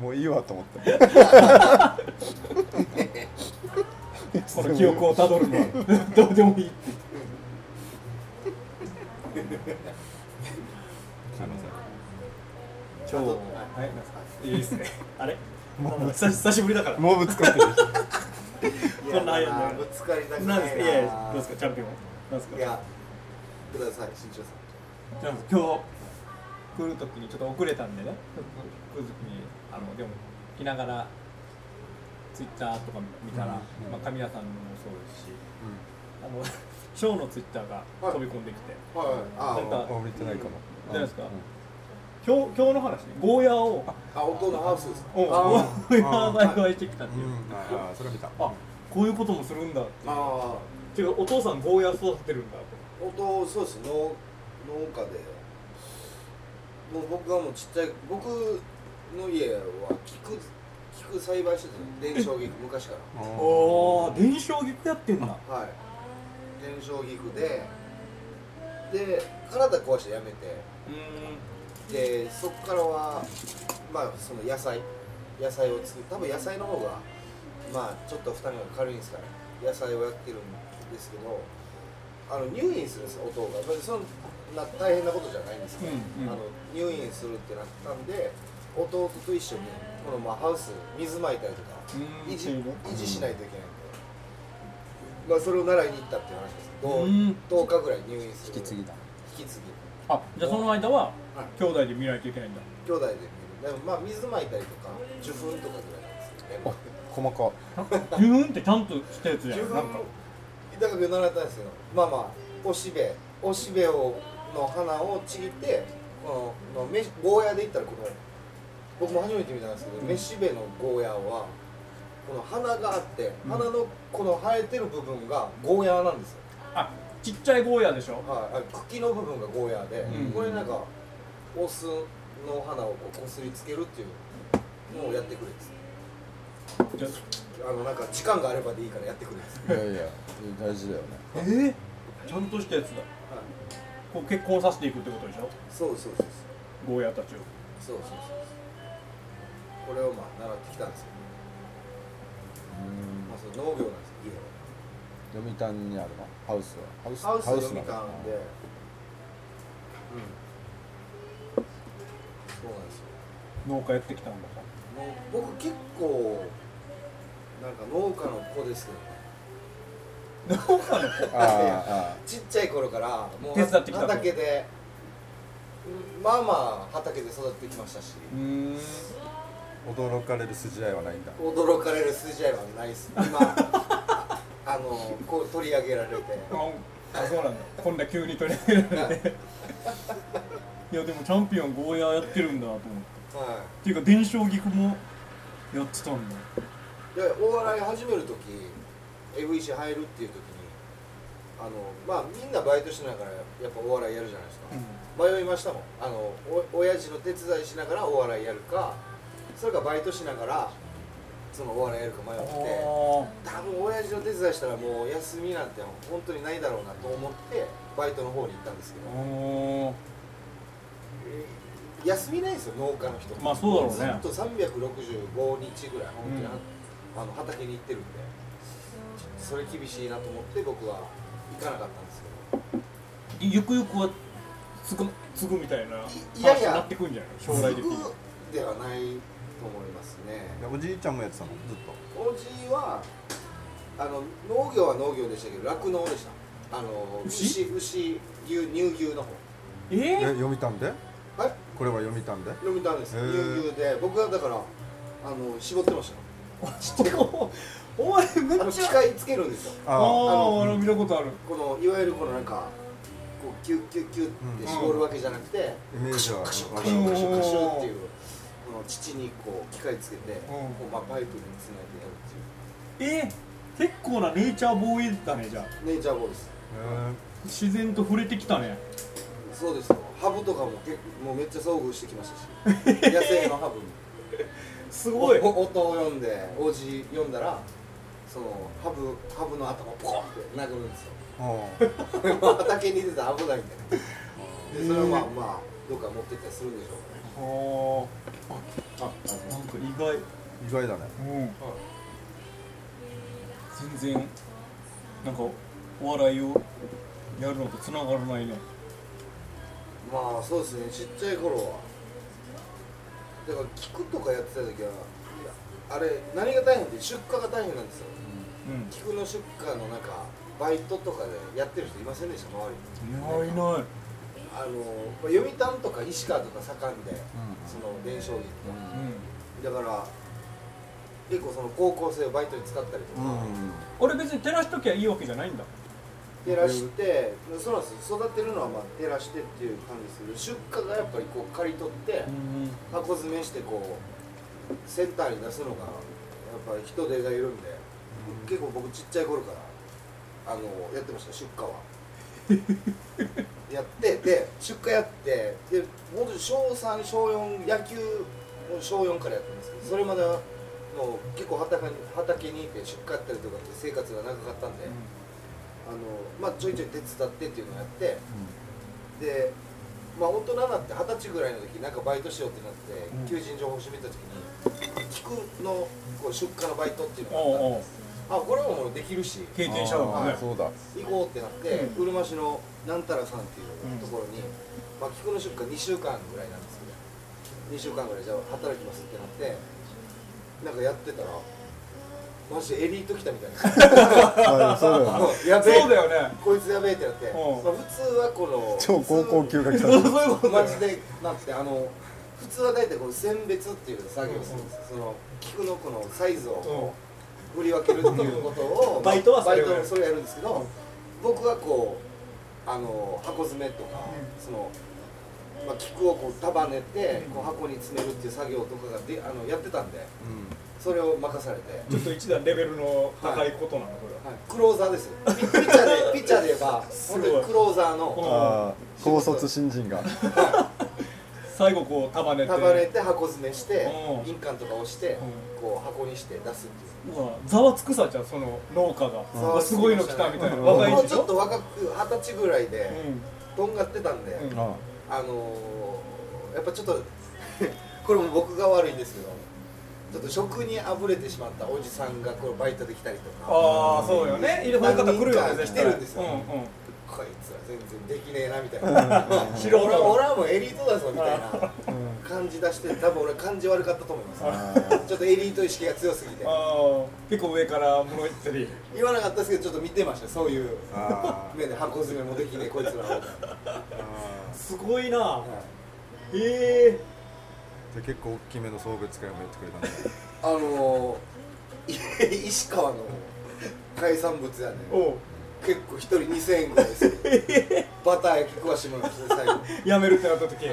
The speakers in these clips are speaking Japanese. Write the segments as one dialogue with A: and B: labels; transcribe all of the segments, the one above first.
A: もういいわと思って
B: この記憶をたどるのはどうでもいいって
C: すいません
B: 超
D: あと
B: はいなんすか
C: いいですね
B: あれ久し久しぶりだから
A: もうぶつかってる
D: いや
B: そんなやんない
D: ぶつかりたく
B: な
D: な
B: いんですかいやいやどうです
D: か
B: かチャンピオンなんですか
D: いやください新庄さん
C: じゃあ今日来る時にちょっと遅れたんでねちょっと来る時にあのでも来ながらツイッターとか見たら、まあ、神谷さんのもそうですし、あの ショーのツイッターが飛び込んできて、
D: はいあ
C: なんか
A: あ俺行ってないかも
C: じゃないですか今日今日の話ねゴーヤーを
D: あ音のハウスですか
C: うん
D: あ
C: ゴーヤーを栽培してきたっていう、
A: ああそれ見た
C: あこういうこともするんだっていう
D: あ
C: 違うお父さんゴーヤー育ててるんだと
D: 音そうです農農家でもう僕がもうちっちゃい僕の家は菊菊栽培してたの伝承菊昔から
C: おー伝承菊やってんだ
D: はい伝承ギクでで体壊してやめ
C: う
D: てでそこからはまあその野菜野菜を作る多分野菜の方がまあちょっと負担が軽いんですから野菜をやってるんですけどあの入院するんですよお父が別にそんな大変なことじゃないんですけど、
C: うんうん
D: あの入院するってなったんで弟と一緒にこのまあハウス水まいたりとか
C: うん
D: 維持
C: そういうの
D: 維持しないといけないんで、まあ、それを習いに行ったっていう話ですど
C: う
D: う
C: ん
D: 10日ぐらい入院す
A: 引
D: る
A: き継ぎだ
D: 引き継ぎ
C: あじゃあその間は
D: はい
C: 兄弟で見ないといけないんだ
D: 兄弟で見るでもまあ水まいたりとか受粉とかぐらいなんですよね
A: 細か
C: 自分ってちゃんとしたやつじゃん
D: 受粉
C: なんか
D: だから習ったんですよまあまあおしべおしべをの花をちぎってこののめゴーヤーで言ったらこの僕も初めて見たんですけど、めしべのゴーヤーはこの花があって
C: うん
D: 花のこの生えてる部分がゴーヤーなんですよ
C: あちっちゃいゴーヤーでしょ
D: はい、あ茎の部分がゴーヤーで、
C: うん
D: これなんかお酢の花をこうこすりつけるっていうのをやってくれです
C: じゃ
D: あのなんか時間があればでいいからやってくれです、
A: いやいや大事だよね
C: えー、ちゃんとしたやつだ
D: はい、
C: こう結婚させていくってことでしょ
D: そうそうそう
C: ゴーヤーたちを
D: そうそうそうそうこれをまあ習ってきたんですよ、まあ、その農業なんですよ
A: 読谷にあるのハウスはハウ
D: 家はハウス読
A: な
D: み
A: の
D: たんでうんそうなんですよ
C: 農家やってきたんだか
D: もう僕結構なんか農家の子ですけどね
A: あああ
D: ちっちゃい頃からもう
C: 手伝ってきたと
D: 畑でうんまあまあ畑で育ってきましたし
C: うーん
A: あ驚かれる筋合いはないんだ
D: 驚かれる筋合いはないです今 ああのこう取り上げられて
C: あそうなんだこんな急に取り上げられ ていやでもチャンピオンゴーヤーやってるんだと思って
D: は
C: っていうか伝承菊もやってたんだ
D: いでお笑い始める時 FEC 入るっていう時にあのまあみんなバイトしながらやっぱお笑いやるじゃないですか、迷いましたもんあのお親父の手伝いしながらお笑いやるかそれかバイトしながらそのお笑いやるか迷って
C: あ
D: 多分親父の手伝いしたらもう休みなんて本当にないだろうなと思ってバイトの方に行ったんですけ
C: あ
D: ど
C: お
D: 休みないんですよ農家の人
C: まあそうだろうね
D: ずっと365日ぐらい本当に、
C: うん
D: あの畑に行ってるんでちょっとそれ厳しいなと思って僕は行かなかったんですけ
C: ゆくゆくはつぐつぐみたいない
D: いや
C: 話
D: い
C: に
D: や
C: なってくんじゃない将
D: ど
C: 来的に
D: すぐではないと思いますね
A: おじいちゃんもやってたのずっと
D: おじいはあの農業は農業でしたけど酪農でしたあの
C: 牛
D: 牛牛牛乳牛の方
C: え
A: え
C: ー、
A: 読谷で
D: はい
A: これは読谷で
D: 飲みたんです
A: へ
D: 乳
A: ー
D: 牛で僕はだからあの絞ってましたよ
C: お前め
D: あの
C: っ
D: 機
C: ちゃ
D: 械つけるんですよ
C: あ
A: あ
C: あ俺見たことある
D: このいわゆるこのなんかこうキュッキュッキュッって絞るわけじゃなくて、
A: イメージはわ
D: カシュッカ
A: か
D: シ
A: る
D: ュッカ
A: わ
D: シュッカシュッっていう
C: う
D: この父にこう機械つけて、こうまあ、パイプにつないでやるってい
C: えー、結構なネイチャーボーイだねじゃあ
D: うネイチャーボーイです
C: 自然と触れてきたね
D: そうですよハブとかも結構もうめっちゃ遭遇してきましたし野生のハブに
C: す
D: おお音を読んでおじ読んだらそのハブハブの頭をポコンって殴るんですよ
A: へえ
D: 畑に出たら危ないみたいなでそれはまあまあどっか持ってったりするんでしょうかね
C: おなんか意外
A: 意外だね
C: うん全然なんかお笑いをやるのと繋がらないね
D: まあそうですねちっちゃい頃はだから聞くとかやってた時はいやあれ何が大変って出荷が大変なんですよ
C: うん
D: 菊の出荷の中バイトとかでやってる人いませんでした周りに
C: いないいない
D: あのまあ読谷とか石川とか盛んでその伝承劇
A: う
D: が
A: ん
C: う
D: だから結構その高校生をバイトに使ったり
A: う
D: と
A: ん、
D: か
C: ん俺別に照らしときゃいいわけじゃないんだ
D: 照らしてそうなんです育てるのはまあ照らしてっていう感じですけど出荷がやっぱりこう刈り取って
C: ん
D: 箱詰めしてこうセンターに出すのがやっぱり人手がいるんで結構僕ちっちゃい頃からあのやってました出荷はやってで出荷やってで本当に小3小4野球を小4からやったんですけどそれまではもう結構畑に畑にいて出荷やったりとかって生活が長かったんで、あのまあ、ちょいちょい手伝ってっていうのをやってで、まあ、大人になって二十歳ぐらいの時なんかバイトしようってなって、
C: うん
D: 求人情報誌見た時に菊のこう出荷のバイトっていうのが
C: おう
D: あった
C: おう
D: んですあこれももうできるし
C: 経験者だもんね
A: あーそうだ
D: 行こうってなって、うるま市のなんたらさんっていうところに、まあ、菊の出荷2週間ぐらいなんですけど2週間ぐらいじゃあ働きますってなってなんかやってたらマジでエリート来たみたいな
A: まあそうだよね
D: もうやべえ
C: そうだよね
D: こいつやべえってなって、
C: うん
D: まあ、普通はこの
A: 超高校級が来
C: そ
A: た
C: ういうことだ
D: マ
C: よ
D: ジでなってあの普通は大体こう選別っていう作業をするんですよその菊のこのサイズを振り分けるっていうことを
B: バイトはそ
D: バ
B: れ
D: イ
B: をやる
D: トはそれやるんですけど僕はこうあの箱詰めとかそのまあ菊をこう束ねてこう箱に詰めるっていう作業とかがであのやってたんでそれを任されて
C: ちょっと一段レベルの高いことなのこれは
D: はいクローザーですよピピッチャーでピッチャーで言えば
C: すご
D: 本
C: い
D: 当にクローザーの
A: うん、
C: ん
A: ああ高卒新人が
C: 最後こう束ねて
D: 束ねて箱詰めして
C: うん
D: 印鑑とか押して
C: う
D: こう箱にして出すっていう
C: うわざわつくさじゃんその農家が
D: ざわつくさ
C: わすごいの来たみたいな
A: うん
C: 若い
D: も
C: 人
D: うちょっと若く二十歳ぐらいで
C: う
D: とんがってたんで、
C: うん
A: あ
D: あのーやっぱちょっと これも僕が悪いんですけどちょっと食にあぶれてしまったおじさんがこれバイトできたりとか
C: ああそうよねいろんな方来るよね
D: 何人か
C: 絶対
D: 来てるんですよ
C: うんうん
D: こいつら全然できねえなみたいな
C: 素人
D: 俺は
C: が
D: 俺はもうエリートだぞみたいな感じ出して多分俺感じ悪かったと思います
A: あー
D: ちょっとエリート意識が強すぎて
C: ああ結構上から物言ったり
D: 言わなかったですけどちょっと見てましたそういう
A: あ
D: 目で箱詰めもできねえこいつらの方が
A: ーあ
C: すごいな
D: はい
C: ええ
A: ーで結構大きめの送別会もやってくれたんだ
D: あのー、い 石川の海産物やねん
C: おう
D: 結構一人2000円ぐらい ですよバター焼き食わしてもらいました最後はい
C: やめるってなった時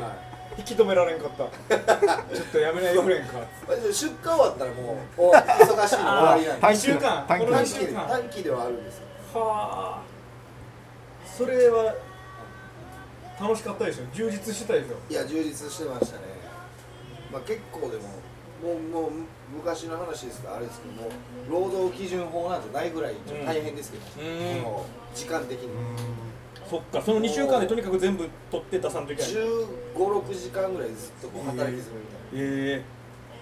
C: 引き止められんか ったちょっとやめないでくれんか
D: まあ出荷終わったらもうお忙しいの終わりなんで
A: あ
C: 2週間
A: 短期
C: この
D: 短
C: 2
D: 期
C: 週
D: で
C: 間
D: 短期ではあるんですよ
C: はあそれは楽しかったでしょ充実してたでしょ
D: いや充実してましたねまあ結構でももうもう昔の話ですからあれですけどもう労働基準法なんてないぐらいちょっと大変ですけど、
C: うん
D: この時間的に
C: そっかその2週間でとにかく全部取って出さんといけない
D: 1 5 6時間ぐらいずっとこう働き詰めみたいな
C: え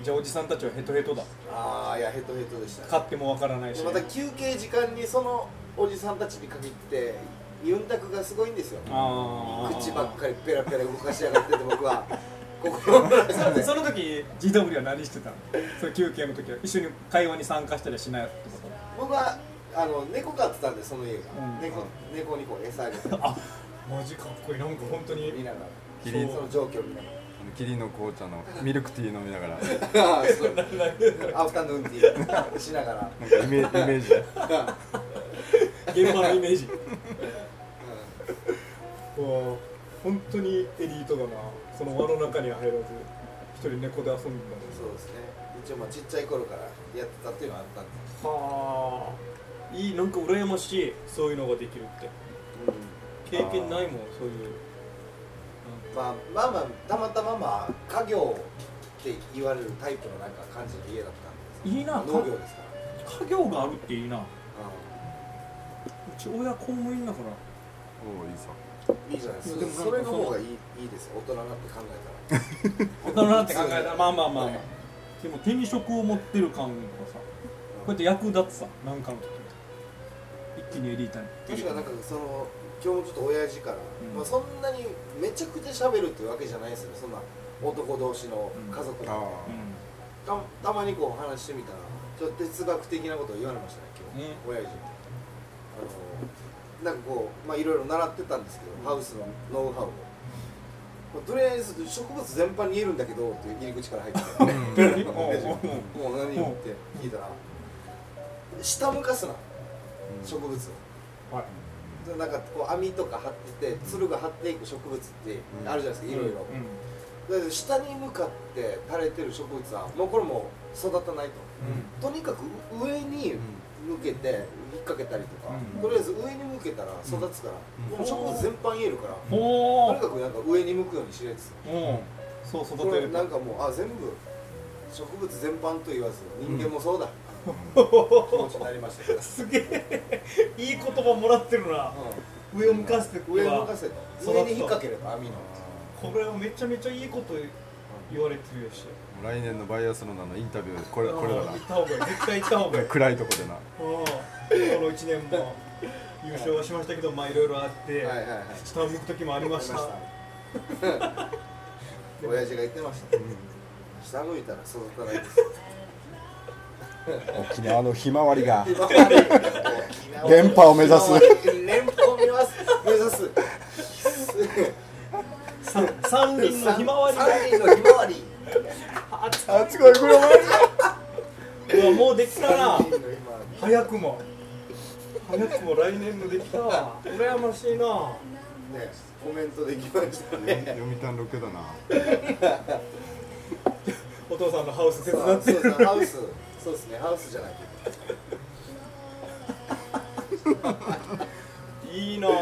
C: えじゃあおじさんたちはヘトヘトだ
D: ああいやヘトヘトでしたね
C: 買ってもわからないし
D: また休憩時間にそのおじさんたちに限ってユンタクがすごいんですよ
C: あー
D: 口ばっかりペラペラ動かしやがってて僕は 心の中で
C: その時 GW は何してたのその休憩の時は一緒に会話に参加したりはしないってこと
D: 僕はあの猫飼ってたんでその家
C: う
D: が、
C: ん
D: 猫猫にこう餌あげて
C: あマジかっこいいなんか本当に
D: 見ながら
A: キリン
D: その状況見な
A: あのキリンの紅茶のミルクティー飲みながら
D: がら あーそうアフタヌーンティーしながら
A: なんかイメイメージ
C: 現場のイメージわ本当にエリートだなその輪の中には入らず一人猫で遊んで
D: そうですね一応まあちっちゃい頃からやってたっていうのはあったんで
C: たはあいいなんか羨ましいそういうのができるって経験ないもんそういう
D: まあまあまあたまたままあ家業って言われるタイプのなんか感じの家だったんです
C: いいな
D: 農業ですから
C: 家業があるっていいなう
D: う
C: ち親公務員だから
A: おおいいさ
D: いいじゃないですか
C: でもなんか
D: それの
C: その
D: 方がいいいいですよ大人になって考え たら
C: 大人なんて考えたらまあまあまあまあ、
D: はい
C: でも転職を持ってる感がさこうやって役立つさなんかの時一気にエリートに
D: 確かなんかその今日もちょっと親父から、まあ、そんなにめちゃくちゃ喋るってわけじゃないですよそんな男同士の家族
A: あ
D: の、
A: あ
C: う
D: たたまにこう話してみたらちょっと哲学的なことを言われましたね今日、
C: ね
D: 親父にあのなんかこうまあいろいろ習ってたんですけど、ハウスのノウハウを、まあとりあえず植物全般に言えるんだけどっていう入り口から入ってきて
C: んうん
D: 親父がもう何言って聞いたら下向かすな植物を、
C: はい
D: でなんかこう網とか張っててつるが張っていく植物ってあるじゃないですか、いろいろ、だから下に向かって垂れてる植物はもうこれもう育たないととにかく上に向けて引っ掛けたりとか、
C: うん
D: とりあえず上に向けたら育つから、
C: うん
D: もう植物全般言えるから、
C: うんお
D: と
C: ー
D: にかくなんか上に向くようにしないですよ
C: うんそう育
D: こ
C: て
D: れ
C: る
D: なんかもうあ全部植物全般と言わず人間もそうだ、気持ちになりましたけど、
E: すげえいい言葉もらってるな上を向かせて
D: 上に向かせと
E: 育つと
D: 上に引っ掛ければ網の
E: これはめちゃめちゃいいこと言われてるし
A: 来年のバイアスロナのインタビューこれこれだ
E: あ
A: な
E: ー行った方がいい絶対行った方がいい
A: 暗いとこでな
E: うんこの1年も優勝はしましたけどまあいろいろあって
D: はいはいはい
E: 下を向く時もありました
D: ありました親父が言ってました、下向いたら育たないです
B: 沖縄のひまわりが
D: 連
B: 連覇を目指す
D: 連覇を目指す目指す
E: 三輪のひまわり
D: 三人のひまわり
B: あっちこいこれお前
E: うわもうできたな
D: 三人のひまわり
E: 早くも早くも来年もできたわ羨ましいな
D: ねコメントできましたね
A: 読谷ロケだな
E: お父さんのハウス手
D: そう
E: 伝って
D: そうそうハウスそうですねハウスじゃないけ
E: いいなあ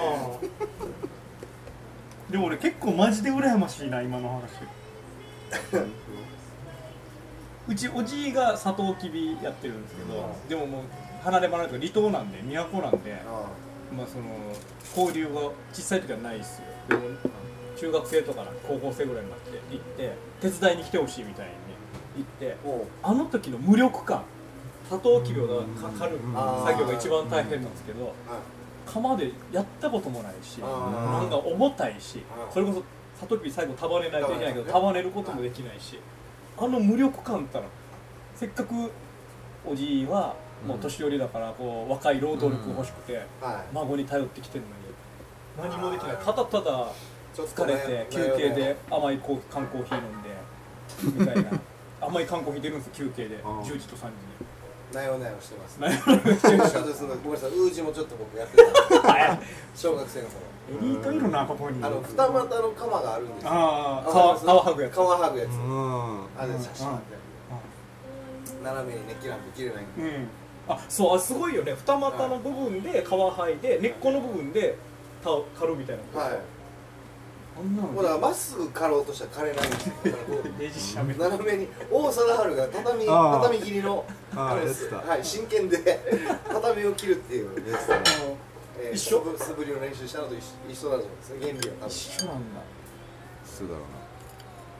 C: でも俺結構マジで羨ましいな今の話うちおじいがサトウキビやってるんですけど、
D: うん
C: でももう離れ離れというか離島なんで都なんで、
D: どあ
C: まあその交流が小さい時はないですよでも中学生とかな高校生ぐらいになって行って手伝いに来てほしいみたいに行って
D: あもう
C: あの時の無力感サトウキビをかかる
D: あー
C: 作業が一番大変なんですけど
D: はい
C: 釜でやったこともないし
D: あ
C: な
D: ー
C: んか重たいし
D: あー
C: それこそサトウキビ最後束ねないといけないけど束
D: 束ねない
C: ねることもできないしあの無力感ったらせっかくおじいはもう年寄りだからこう若い労働力欲しくて。
D: は
C: 孫に頼ってきてるのに何もできない
D: あー
C: ただただ
D: いちょっと
C: 疲れ
D: ね
C: て休憩で甘いコー缶コーヒー飲んでみたいな甘い缶コーヒー出るんですよ休憩で
A: あー
C: 10時と3
D: なよなよしてます
C: なよ
D: そうですごめんなさいウージもちょっと僕やってた
C: 時に
D: 小学生の頃
C: エリートいるなここに
D: あの二股の鎌があるんですよ
C: ああ
D: わかりま
C: 川
D: す
C: 川ハグやつ
D: 川はぐやつ、
A: うん
D: あれ写真あって斜めにね切らんと切れないんで
C: うんあそうあすごいよね二股の部分で皮剥いで根っこの部分でた刈るみたいなこと
D: はい
C: あんな
D: もうだからまっすぐ刈ろうとしたら刈れないんですよだからこう
C: レジしゃべ
D: 斜めに王貞治が畳
A: あー
D: 畳切りの
A: あー
D: れです
A: やってた
D: はい真剣で畳を切るっていう、
A: やつだな
D: え
C: 一緒
D: 素振素振りの練習したのと一緒一緒だと思うんですね原理は多分
C: 一緒なんだ
A: そうだろ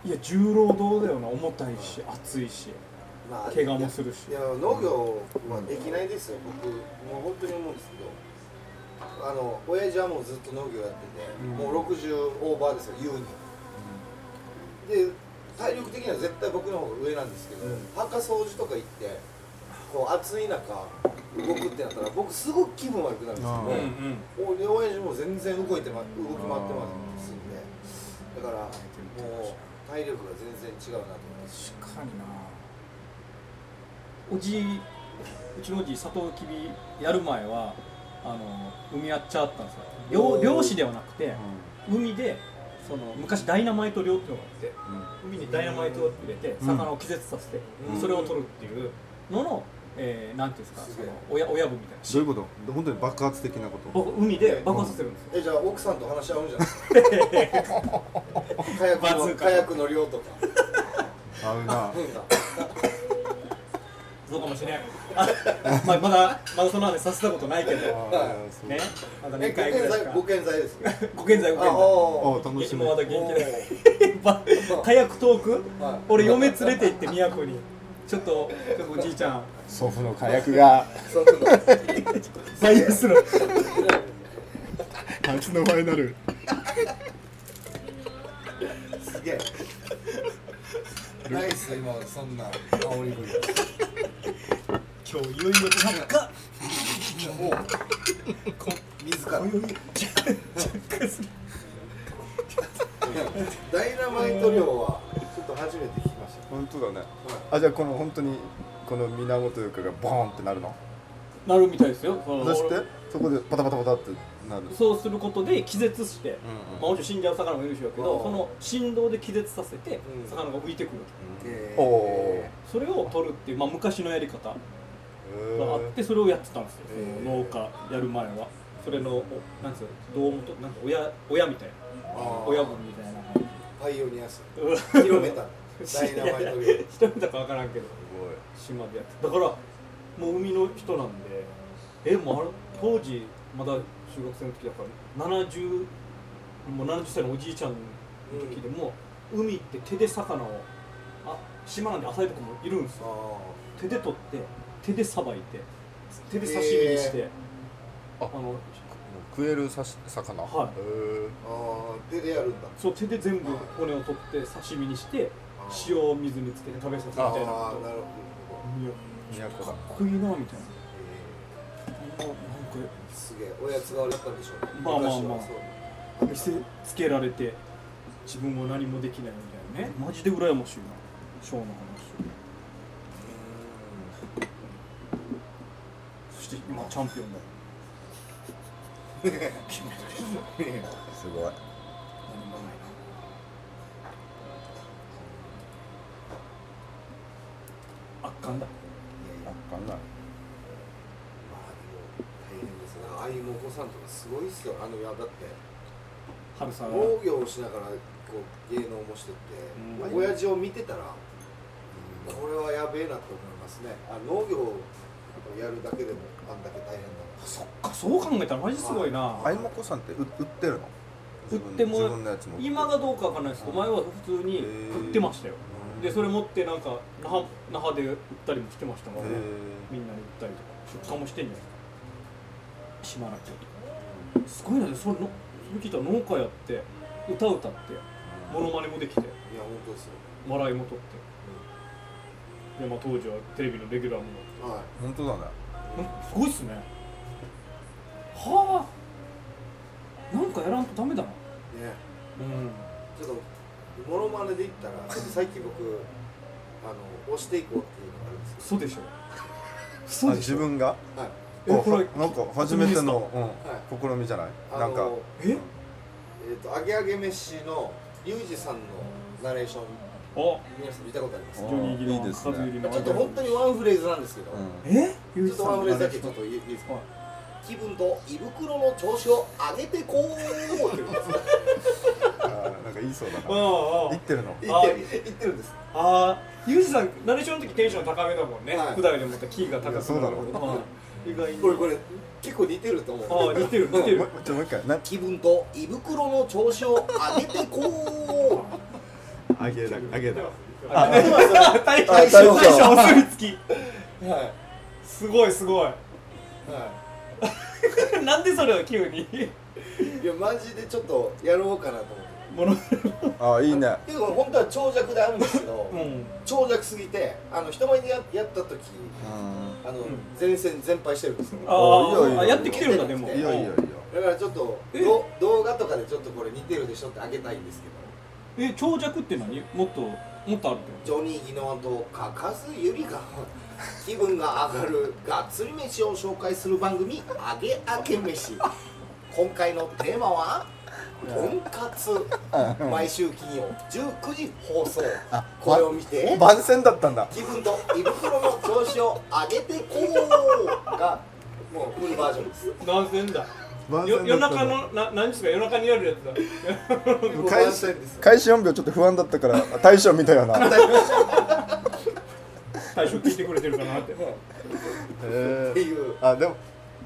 A: う
C: いや重労働だよな重たいし暑いし
D: ま
C: 怪我もするし
D: いや農業はできないですよ僕もう本当に思うんですけどあの親父はもうずっと農業やってて、
C: うん
D: もう60オーバーですよ優に、で体力的には絶対僕の方が上なんですけど、墓掃除とか行ってこう暑い中動くってなったら僕すごく気分悪くなるんです
A: あー
D: よ
C: うんう
D: ね
C: ん
D: おで親父も全然動いて、ま、動き回ってますんでだからもう体力が全然違うなと思います
C: 確かになおじいうちのおじいサトウキビやる前はあの海やっちゃったんですよ漁
D: おー
C: 漁師ではなくて
A: な
C: 海でその昔ダイナマイト漁っていうのがあって
A: うん
C: 海にダイナマイトを入れて
A: ん
C: 魚を気絶させて、
D: うん
C: それを取るっていうのの、えーなんていうんですか
D: す
C: そ
D: げえ
C: の親親分みたいな
A: そういうこと本当に爆発的なこと
C: 僕海で爆発させるんですよ
D: えじゃあ奥さんと話し合うんじゃない ですかカヤ
C: バ
D: ッ
C: ズー
D: クの
C: カ
D: カヤックの量とか
A: 合うな
D: うん
C: そうかもしれんあまあまだまだその話させたことないけど
A: あーそう
C: ねまだ
D: え
C: 2
D: ご
C: 回ぐ
D: 健
C: らいし
D: 在
C: か
D: ご健在ですね
C: ご健在
D: あ
C: ご
D: あ
C: 健在
A: あー
D: お
A: 楽しみ
C: もまだ元気だ
D: ー
C: ば火薬トーク
D: はい
C: 俺嫁連れて行って宮古にちょっとちょっとおじいちゃん
B: 祖父の火薬が
D: そうそうそう
C: バイアスの
B: 初のファイナル
D: すげえないっすよ今までそんな煽り食い
C: 今日いよいよ着火
D: もうこ自らダイナマイト量はちょっと初めて聞きまし
A: 本当だねあじゃあこの本当にこの源というかがボーンってなるの
C: なるみたいですよその
A: そしてそこでパタパタパタってなる
C: そうすることで気絶して、
A: うんうん
C: まあ、もちろん死んじゃう魚もいるでしょうけど
D: あー
C: その振動で気絶させて
D: うん
C: 魚が浮いてくる
D: たへー
A: おお
C: それを取るっていう、まあ、昔のやり方が
A: ー
C: あってそれをやってたんですよ、
D: へー
C: その農家やる前はそれのおなんつうの胴元なんか親親みたいな
D: あー
C: 親分みたいな感
D: パイオニ アス
C: じ
D: 広めたんだダイナマイト量
C: 人見たか分からんけど島でやってだからもう海の人なんでえもうあれ当時まだ中学生の時だから70もう70歳のおじいちゃんの時でも、海行って手で魚をあ島なんで浅いとこもいるんですよ
D: あ
C: 手で取って手でさばいて手で刺身にして、あ
A: あ
C: の
A: 食えるさし魚
C: はい
A: へー
D: ーあー手でやるんだ
C: そう手で全部骨を取って刺身にして
D: あー
C: 塩を水につけて食べさせるみたいなこと
D: ああなるほ
C: いや
A: 都
C: かっ
A: だ
C: こいいなみたいな
D: ど
C: もうなんか
D: えーすげえおやつ代わりだったんでしょうね
C: まあまあまあ
D: 昔はそう
C: 見せつけられて自分も何もできないみたいなねマジで羨ましいなショーの話そして今チャンピオンだ
A: すごい
C: 何もないな圧巻だ
D: いやいや
B: 圧巻だ
D: まあでも大変ですなああいうお子さんとかすごいっすよあのいやだって
C: 春さんは
D: 農業をしながらこう芸能もしてって、
C: うん
D: 親父を見てたら、これはやべえなと思いますねあ農業をやるだけでもあんだけ大変だな
C: そっかそう考えたらマジすごいな
A: あいもこさんってう売ってるの
C: 売っても
A: 自分のやつも売ってる
C: 今がどうかわかんないですけど前は普通に売ってましたよでそれ持ってなんか那覇那覇で売ったりもしてましたから
A: へー
C: みんなに売ったりとか出荷もしてんじゃないですか島らきとかすごいなそれのそれ聞いたら農家やって歌歌ってモノマネもできて
D: いや本当ですよ、
C: 笑いも取ってで、まあ、当時はテレビのレギュラーも
D: はい
A: 本当だね
C: なんかすごいっすねはあなんかやらんとダメだな
D: ね
C: うん
D: ちょっとモノマネで言ったらちょっと最近僕あの押していこうっていうのがあるんです
C: 嘘でしょ
A: あ
C: 嘘でし
A: 自
C: ょ
A: 分が
D: けどはい
C: え
A: あ
C: これ
A: なんか初めての、
D: はい
A: うん、試みじゃない
D: あの
A: なんか
C: え
D: えっ、と揚げ揚げ飯のリュウジさんのナレーション
C: あ
D: 皆さん見たことあります
C: ジョニー・ギ
A: いい
C: の
A: ですね
C: 和幸の
D: ちょっと本当にワンフレーズなんですけど、
A: う
C: え
D: ちょっとワンフレーズだけちょっといいですか、気分と胃袋の調子を上げてこうって言うんですよ
A: あーなんか言いそうだ
C: あ
A: な
C: あ
A: 言ってるの
D: 言ってる言ってるんです
C: ああ、ユージさん、ナレーションの時テンション高めだもんね。
D: はい
C: 普段よりもっとキーが高くなる。
A: いやそうだろう
C: はい意外に。
D: これこれ結構似てると思う
C: ああ、似てる似てる
A: もう。ちょもう一回な
D: 気分と胃袋の調子を上げてこう
A: あげだあげだ
C: あ、大将
A: あ
C: 大
A: 大将
C: 将お墨付き。
D: はい
C: すごいすごい。
D: は
C: なんでそれを急に。
D: いいやマジでちょっとやろうかなと思って
C: もの。
A: あいいね
D: 結構本当は長尺であるんですけど、
C: うん。
D: 長尺すぎてあの人前でややった時
A: うん
D: あの、
C: ん
D: 前線全敗してるんですよ
C: あ
A: おいいよいい
C: ー
A: よ
C: あ、やってきてるんだでも。
A: いいよいいよいいよ
D: だからちょっと
C: え
D: ど動画とかでちょっとこれ似てるでしょってあげたいんですけど
C: え、長尺って何？もっともっとあるって
D: ジョニー・ギノワとかかずゆりが気分が上がるがっつり飯を紹介する番組「あげあげ飯」今回のテーマは「とんかつ」毎週金曜19時放送これを見て
A: 番宣だったんだ
D: 気分と胃袋の調子を上げてこうがもうフルバージョンです
C: こと？何千だ。
A: 番宣
C: よ
A: だったんだ
C: 夜中のな何時か夜中にやるやつだ。
A: 開始開始4秒ちょっと不安だったからあ大将見たよな
C: 最初聞いてくれてるかなって
A: へ
D: って
A: え
D: いう、はい、
A: あでも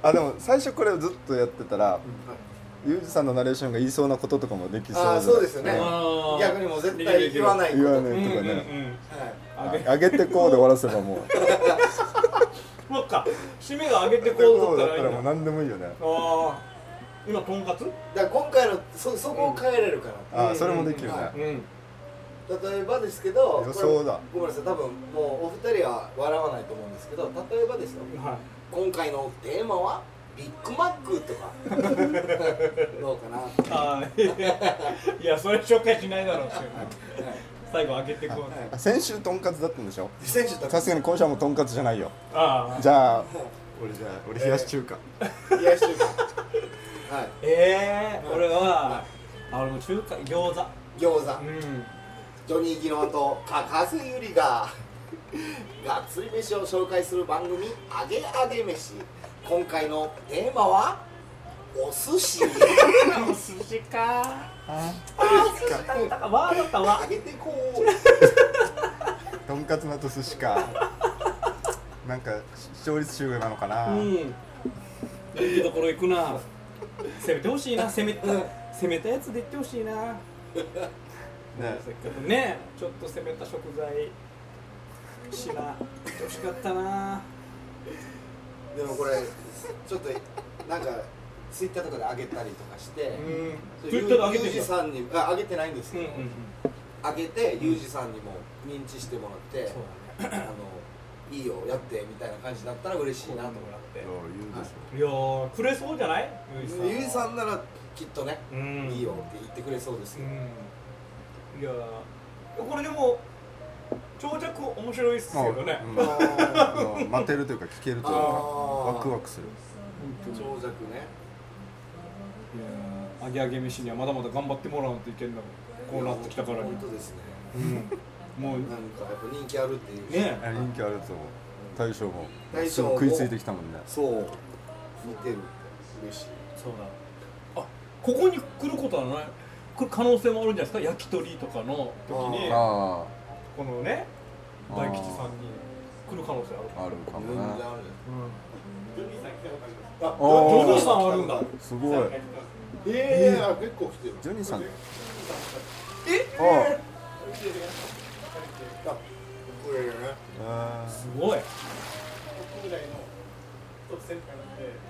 A: あでも最初これをずっとやってたらユージさんのナレーションが言いそうなこととかもできそう
D: ああそうですよね
C: あー
D: 逆にもう絶対言わないこと
A: 言わ
D: はい
A: ないとかね
C: あげ
A: あ上げてこうで終わらせばもう
C: そっか締めが上げて
A: こ
C: こ
A: う
C: うだっ
A: だった
C: ら
A: たら
C: いい
A: もうん
C: だ
A: 何でもいいよね
C: あー今とんかつ
D: だから今回のそそこを変えれるから
A: ああそれもできるね
C: うん
D: 例えばですけど
A: 予想だ
D: これごめんなさい多分もうお二人は笑わないと思うんですけど例えばですよ
C: は
D: 今回のテーマはビッグマックとかどうかな、はい
C: あーい やそれ紹介しないだろうっていう最後上げてこう
A: あ先週とんかつだったんでしょ
D: い、選手と
A: さ
D: か
A: すがに今週はもうとんかつじゃないよ
C: ああ
A: じゃあ俺じゃあ俺冷やし中華
D: 冷やし中華はい
C: ええー、俺はあ俺も中華餃子
D: 餃子
C: うん
D: ジョニー・ギノワとかかずゆりががっつり飯を紹介する番組「あげあげ飯」今回のテーマはお寿司
C: お寿司か
A: あ
C: あー寿司だったかわーだったわ
D: あげてこう
A: とんかつのと寿司かなんか視聴率中華なのかな、
C: うんいいところ行くな攻めてほしいな攻めた攻めたやつで言ってほしいな
A: ね
C: せっかくねちょっと攻めた食材品欲しかったな
D: でもこれちょっとなんかツイッターとかであげたりとかして
C: うん
D: それ
C: ツイッターであげてんだ
D: ゆうじさんにああげてないんです
C: うん
D: け
C: うんう
D: ど、
C: ん
D: あげてゆうじさんにも認知してもらって
C: そうだね
D: あのいいよやってみたいな感じだったら嬉しいなと思っ
A: どう言うでし
C: いやーくれそうじゃないゆ
D: てゆうじさ
C: ん
D: んならきっとね、
C: うん
D: いいよって言ってくれそうです
C: う
D: けど、
C: んいやーこれでも長尺面白いっす
A: ょ
C: けどね、
A: まあうんあの待てるというか聞けるというか
D: あー
A: ワクワクする
D: 長尺ね
C: いやー揚げ揚げ飯にはまだまだ頑張ってもらわないといけんだもんこうなってきたからに
D: 本当ですね
C: うんもう
D: なんかやっぱ人気あるっていう
C: ね
A: あ人気あると思う大将も
D: 大
A: す
D: 将
A: ぐ
D: も
A: 食いついてきたもんね
D: そう見てる嬉しい
C: そうだあここに来ることはない来る可能性もあるんじゃないですか焼き鳥とかの時に
A: あ
C: このね
A: あー
C: 大吉さんに来る可能性ある
A: ああるかも
D: 全然ある
A: な
D: あ
A: おー
C: ジョニーさんあるんだ
A: すごい
D: ええ結構来てる
A: ジョニーさん
C: え
A: あ
D: あこれね
A: あ
C: すごい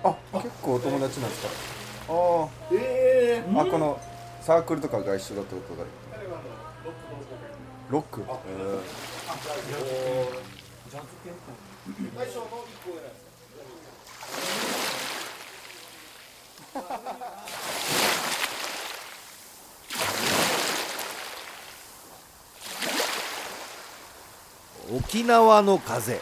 A: あ結構お友達なんですかあ
D: え
A: ああこのサークルとかが一緒だってことだロックへー
C: ジャズ系か
D: え大将の一個ぐらいですか
F: 沖縄の風